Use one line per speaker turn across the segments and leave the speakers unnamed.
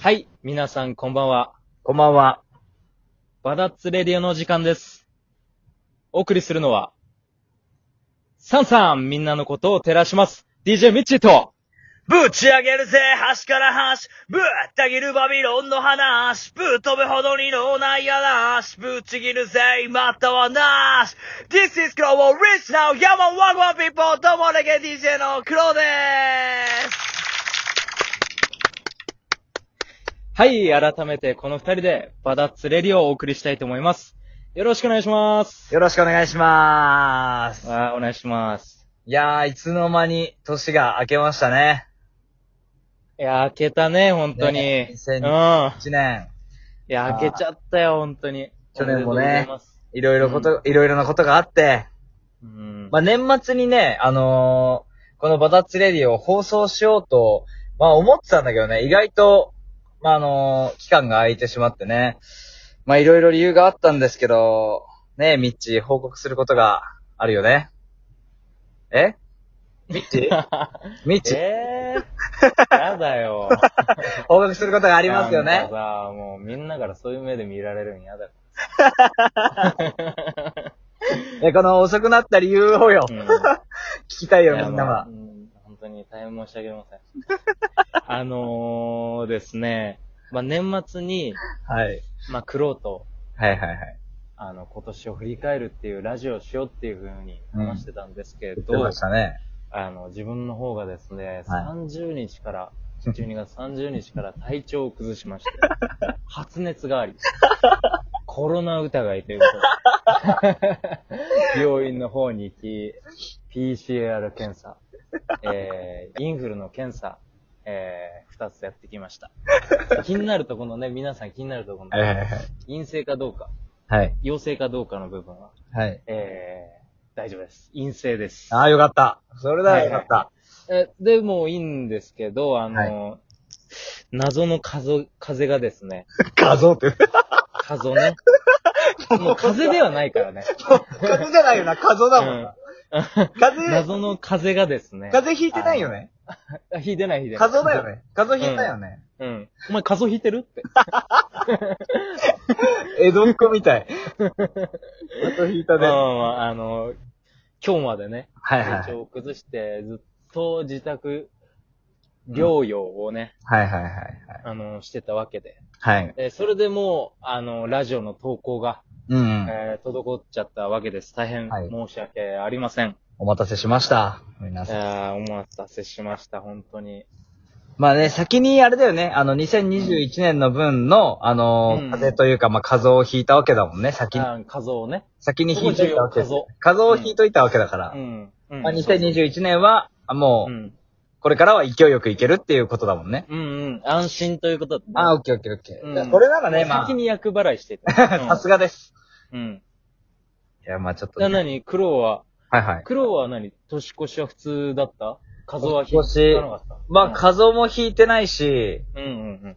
はい、皆さんこんばんは。
こんばんは。
バダッツレディオの時間です。お送りするのは、サンサンみんなのことを照らします。DJ ミッチーと、
ぶち上げるぜ、端から端。ぶった切るバビロンの話。ぶっ飛ぶほどに脳内嵐。ぶち切るぜ、またはなし。This is Global Rich Now, Yaman Wagwan People, どうもレゲエ DJ のクローでーす。
はい、改めてこの二人でバダッツレディオをお送りしたいと思います。よろしくお願いします。
よろしくお願いしまーす。
あーお願いします。
いやー、いつの間に年が明けましたね。
いやー、開けたね、本当に。
ね2020
うん。いや、
1年。
開けちゃったよ、本当に。
去年もね
おめでとうございます
いろいろこと、いろいろなことがあって。
うん。
まあ、年末にね、あのーこのバタッツレディを放送しようと、まあ、思ってたんだけどね、意外と、まあ、あのー期間が空いてしまってね、まあ、いろいろ理由があったんですけど、ねえ、ミッチー、報告することがあるよね。えミッチ ーミッチー、
えー、やだよ。
報告する ことがありますよ
なん
ね
か。さもうみんなからそういう目で見られるん嫌だか
え、この遅くなった理由をよ、
ら。うん
聞きた い
い
よ、
や
みんな
まあ
は
う。ん本当に大変申し訳ありません。 あのー、ですね、まあ、年末に、
はい。
まあ、苦労と、
はいはいはい。
あの、今年を振り返るっていうラジオをしようっていうふうに話してたんですけれど、
どうでしたね。
あの、自分の方がですね、
はい
30日から、12月30日から体調を崩しま して、発熱があり、コロナ疑いという ことで、病院の方に行き、PCR 検査、えー、インフルの検査、えー、二つやってきました。気になるとこのね、皆さん気になるとこの、
はいはいはい
陰性かどうか、
はい。
陽性かどうかの部分は、
はい。
えー、大丈夫です。陰性です。
ああ、よかった。それだよ、よかった。
え、でもいいんですけど、あの、謎の風、風がですね、
画像って。
風ね。もう風ではないから ね。
画像じゃないよな、画像だもんな。風
うん、
邪、
謎の風がですね。
風邪ひいてないよね。
あ引いてない引いてな
画
い。
像だよ。ね。画像ひいたよね。
うん。お前風邪引いてる って。
江戸っ子みた い。画像ひいた
まあ
ね。
ま
は
あまあ、あの、今日までね、
いはい。
体調を崩して、ずっと自宅療養をね、
はいはいはい
あの、してたわけで。
はい。はい。
えそれでもう、あの、ラジオの投稿が、
うん。
えー滞っちゃったわけです。大変
はい
申し訳ありません。
お待たせしました。皆
い
さん。
やー、お待たせしました、本当に。
まあね、先にあれだよね、あの、2021年の分の、あのー、
うん
風邪というか、まあ、画像を引いたわけだもんね、先に。
あー画像をね。
先に引いといたわけです
ここ重要。
画像を引いといたわけだから
う。ん。うん
まあ、2021年は、あも
う
う、
ん。
これからは勢いよくいけるっていうことだもんね。
うんうん。安心ということだ
あ、
あ、
オッケーオッケーオッケー。
うん
じゃあこれならね、まあ
先、に役払いして た。うん
さすがです。
うん。
いや、まあちょっと、
な、
ね。
なに、苦労は、
はいはい。
苦労は何年越しは普通だった画像は引
年越し
かなかった
まあ、画像も引いてないし、
うんうんうん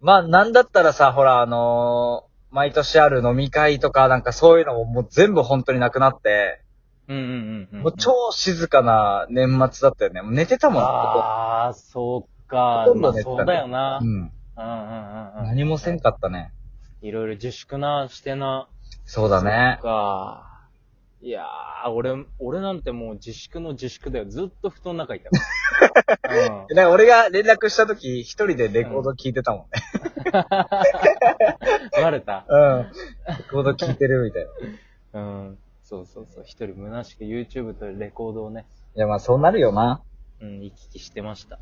まあ、なんだったらさ、ほら、あのー毎年ある飲み会とか、なんかそういうのももう全部本当になくなって、
うん。うんうんうん。
もう超静かな年末だったよね。もう寝てたもん、こ
ああ、そうか
ほ。とん
ま
ど
あ、
寝てた
そうだよな。
こ。
うん
うん。
うんうんうん。
何もせんかったね。
いろいろ自粛な、してな。
そうだね
そっ。か。いやー、俺、俺なんてもう自粛の自粛だよ。ずっと布団の中いたから。うん。
で俺が連絡した時、一人でレコード聴いてたもんね。
バレた。
うん。レコード聴いてるみたいな。い
うん。そうそうそう。一人虚しく YouTube とレコードをね、
や、まあそうなるよな。
うん、行き来してました。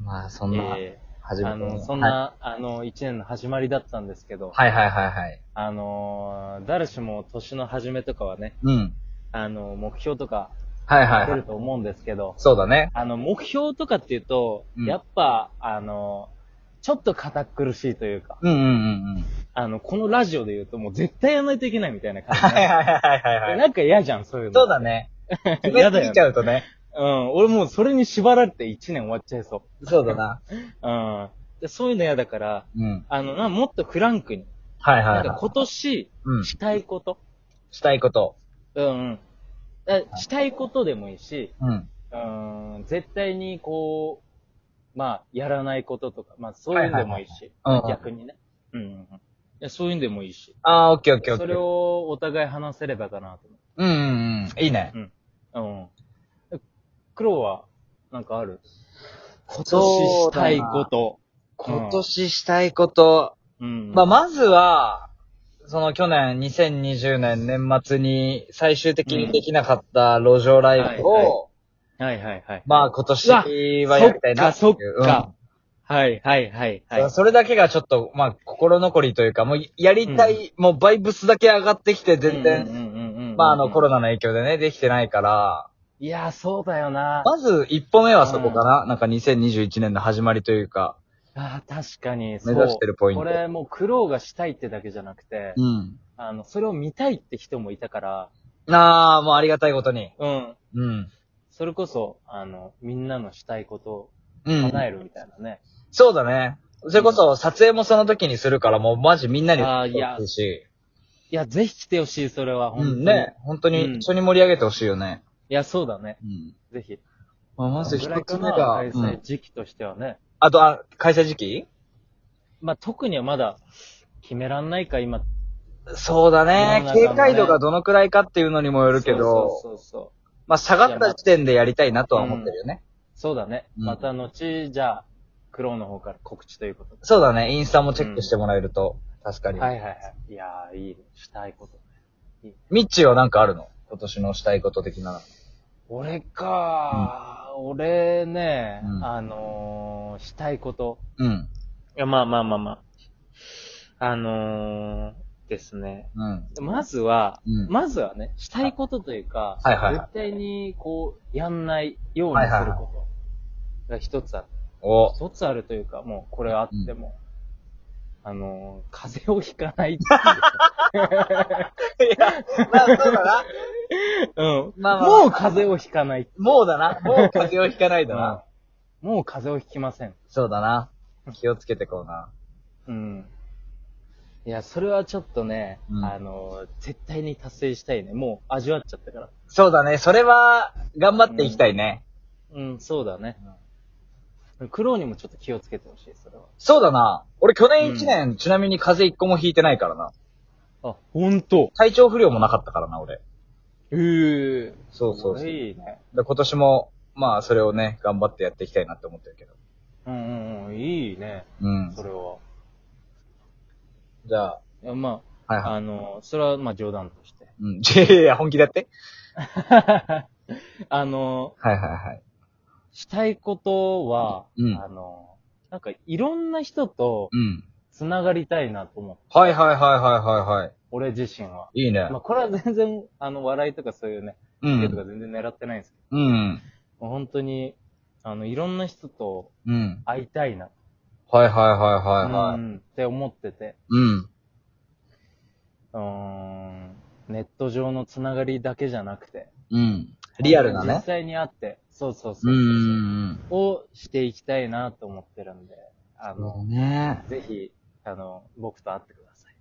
まあ、そんな、
え
初
ー
めて
あ
の
の、そん
は
な、あの、一年の始まりだったんですけど、
いはいはいはいはい。
あのー誰しも年の初めとかはね、
うん。
あの、目標とか、
はいはい
出
は
る
い。
と思うんですけど、
そうだね。
あの、目標とかっていうと、
うん
やっぱ、あの、ちょっと堅苦しいというか、
うんうんうんうん。
あの、このラジオで言うともう絶対やらないといけないみたいな感じ
はい
ね。
はいはいはいはい。
なんか嫌じゃん、そういうの。
そうだね。
嫌だ
決めす
よ
ぎち。ゃうとね。
うん。俺もうそれに縛られて1年終わっちゃいそ
そうだな。
う。うん。でそういうの嫌だから、
うん。
あの、なもっとフランクに。
はいは
ないんか
は
今年、
い。うん。
したいこと。
したいこと。
うんうん。だしたいことでもいいし、
うん。
うん、絶対にこまあ、やらないこととか、まあ、そういうのでもいいし、
はいはいはいう
逆
んうん
にね。うんうんうん。いや、そういうのでもいいし。
ああ、オッケーオッケーオッケ
そ
ー。
れをお互い話せればかなと
うんうんうん。いいね。
思う。うん。黒は、なんかある今
そ
年
う
し
だな
たいこと。
今年したいこと。
うん。
まあ、まずは、その去年2020年年末に最終的にできなかった路上ライブを、
はいははいはいはい。
まあ今年はやりたいなってい
そっ
う
か、そっか。はいはいはい
うん
はい。
それだけがちょっと、まあ心残りというか、もうやりたい、もうバイブスだけ上がってきて全然、
然
まああのコロ
ナ。
ナの影響でね、できてないから、
いや、そうだよな。
まず一歩目はそこかな、なんか2021年の始まりというか、
あー確かに、
目指してるポイント
そうこれもう苦労がしたいってだけじゃなくて、
うん。
あの、それを見たいって人もいたから、
ああ、もうありがたいことに。
うん。
うん。
それこそ、あの、みんなのしたいことを
うん。
叶えるみたいなね。
そうだね。それこそ撮影もその時にするから、もうマジみんなに
あーいや
ほしい。
いや、ぜひ来てほしい、それは、
う
本当
ん、
に。
ね。本当
うん
に一緒に盛り上げてほしいよね。
いや、そうだね。
うん。
ぜひ。
まあ、まず一
ぐらい
つ
か
目
な
が、
開
う
催
ん
時期としてはね。
あと、あ、開催時期
まあ、特にはまだ、決めらんないか、今。
そうだね
世の中もね
警戒度がどのくらいかっていうのにもよるけど、
そうそうそうそう。
まあ、下がった時点でやりたいなとは思ってるよね。
そうだね。
うん
また後、じゃあ、クローの方から告知ということで。
そうだね。インスタもチェックしてもらえると、助かります。
いはいはい。いやー、いいね。したいこと。
ミッチーはなんかあるの今年のしたいこと的な。
俺かー、俺ね、
うん
あのー、したいこと。
うん。
いや、まあまあまあまあ。あのー、ですね。
うん。
まずは、
うん
まずはね、したいことというか、
はいはいはい
絶対にこう、やんないようにすることが一つある。
お。
一つあるというか、もうこれあっても、あのー、風邪をひか ないって
まあ、そうだな。
いう。うん。
まあまあ
もう風邪をひかない。
もうだな。もう風邪をひかないだな。
うんもう風邪をひきません。
そうだな。気をつけてこうな。
うん。いや、それはちょっとね、
うん
あのー、絶対に達成したいね。もう味わっちゃったから。
そうだね。それは、頑張っていきたいね。
うん、そうだね。苦労にもちょっと気をつけてほしい、それは。
そうだな。俺去年1年、ちなみに風邪1個もひいてないからな。
あ、ほんと
体調不良もなかったからな、俺。
ええ
そうそうそう。
いいね。
で今年も、まあ、それをね、頑張ってやっていきたいなって思ってるけど。
うんうんうん、いいね、
うん
そ。れは。
じゃあ、
いや、ま
はい
あ、
はい。
あの、それはまあ冗談と して。
うん。 じゃあいやいや、本気でやって。
あの、
はいはいはい。
したいことは、
うん
あの、なんかいろんな人と
うん。
繋がりたいなと思う。
はいはいはいはいはいはい。
俺自身は。
いいね。
まあ、これは全然、あの、笑いとかそういうね、
う
芸とか
ん。
全然狙ってないんですけ
うん。
ど、もう本当に、あの、いろんな人と
うん。
会いたいな、
はいはいはいはいは
う
い。
んって思ってて、
うん。
うーん、ネット上のつながりだけじゃなくて、
うん。リアルな
実
ね。
際に会って、そうそうそうう、
んうん
をしていきたいなと思ってるんで、あ
うん。
の、
そうね。
ぜひ、あの、僕と会ってください。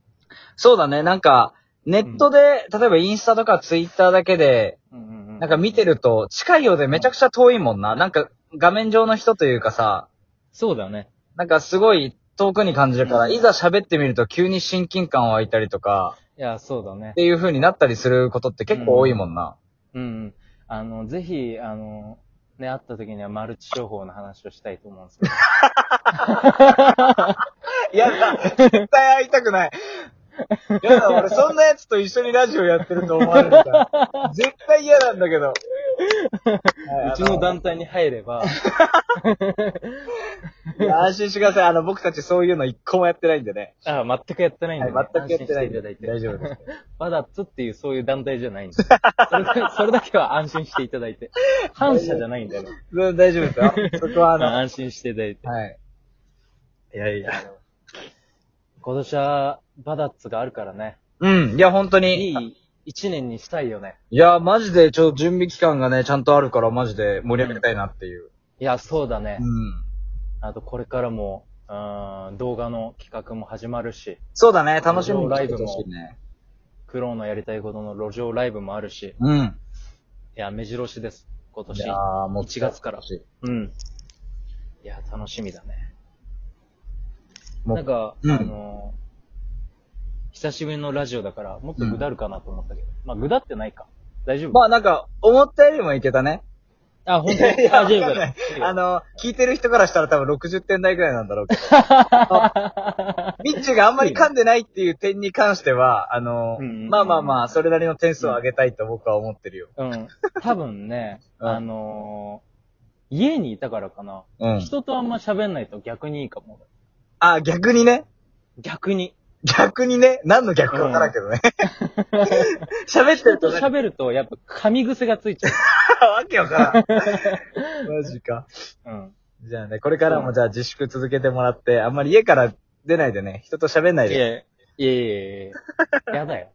そうだね、なんか、ネットで、例えばインスタとかツイッターだけで、
うんうんう
なんか見てると、近いようでめちゃくちゃ遠いもんな。なんか、画面上の人というかさ、
そうだね。
なんかすごい遠くに感じるから、
うん
いざ喋ってみると急に親近感湧いたりとか、
いや、そうだね
っ。ていう風になったりすることって結構多いもんな。
うんうん。あの、ぜひ、あの、ね、会った時にはマルチ商法の話をしたいと思うんですけど。
いやだ、絶対会いたく ない。やだ、俺そんな奴と一緒にラジオやってると思われる から。絶対嫌なんだ けど。
うちの団体に入れば、
いや安心してください。あの、僕たちそういうの一個もやってないんでね。
あ全くやってないんで、ね
はい、全くやってない
安心して
んで。
いただいて。
大丈夫です。
バダッツっていうそういう団体じゃないんで。それ だそれだけは安心していただい て。反社じゃないんだよね。
うん大丈夫ですよ。そこはあ
あ
の、
の安心していただいて。
はい。いやいや。
今年はバダッツがあるからね。
うん、いや、本当に。
いい一年にしたいよね。
いや、マジで、ちょ、準備期間がね、ちゃんとあるから、マジで盛り上げたいなっていう。
いや、そうだね。
うん。
あとこれからも、うーん、動画の企画も始まるし、
そうだね、楽しみにして
ライブ
ほ
も
しいね。
クローンのやりたいことの路上ライブもあるし、
うん。
いや、目白押しです。今
い
年。
やーもう
1月から
楽しい
うん。いや、楽しみだね。
もう
なんか、
うん
あの、久しぶりのラジオだから、もっとぐだるかなと思ったけど。まあ、ぐだってないか。大丈夫
まあなんか、思ったよりもいけたね。
あ、本
い
当
やいや、
あ、
わか
大
ん
丈夫
な
大
い
丈夫
あの、聞いてる人からしたら多分60点台ぐらいなんだろうけど。ミッチーがあんまり噛んでないっていう点に関しては、あの、
うんうんうん
まあまあまあ、それなりの点数を上げたいと僕は思ってるよ。
うん。多分ね、
うん
あのー家にいたからかな。
うん。
人とあんま喋んないと逆にいいかも。
あ、逆にね。
逆 に。
逆にね。何の逆かわからんけどね。 喋って
人
ると
と
なんか、
喋ると、やっぱ噛み癖がついちゃ
わけ わからん。マジか。
う。うん。
じゃあね、これからもじゃあ自粛続けてもらって、あんまり家から出ないでね、人と喋んない
い
で。
やいやいやいや。やだよ。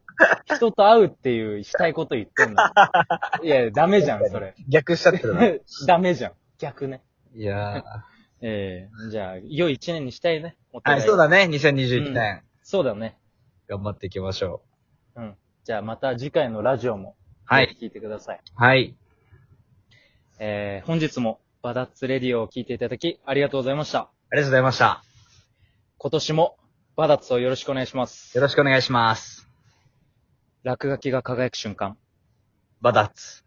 人と会うっていうしたいこと言ってんのに。いや、ダメじゃん、それ。
逆しちゃってる な。い
ダメじゃん。逆ね。
やー。
ええじゃあ、良い一年にしたいね。お
は
互
い、そうだね。2021年、
そうだね。
頑張っていきましょう。
うん。じゃあ、また次回のラジオも、
はい
ぜひ聞いてください。
はい。
えー、本日もバダッツレディオを聞いていただきありがとうございました。
ありがとうございました。
今年もバダッツをよろしくお願いします。
よろしくお願いします。
落書きが輝く瞬間。
バダッツ。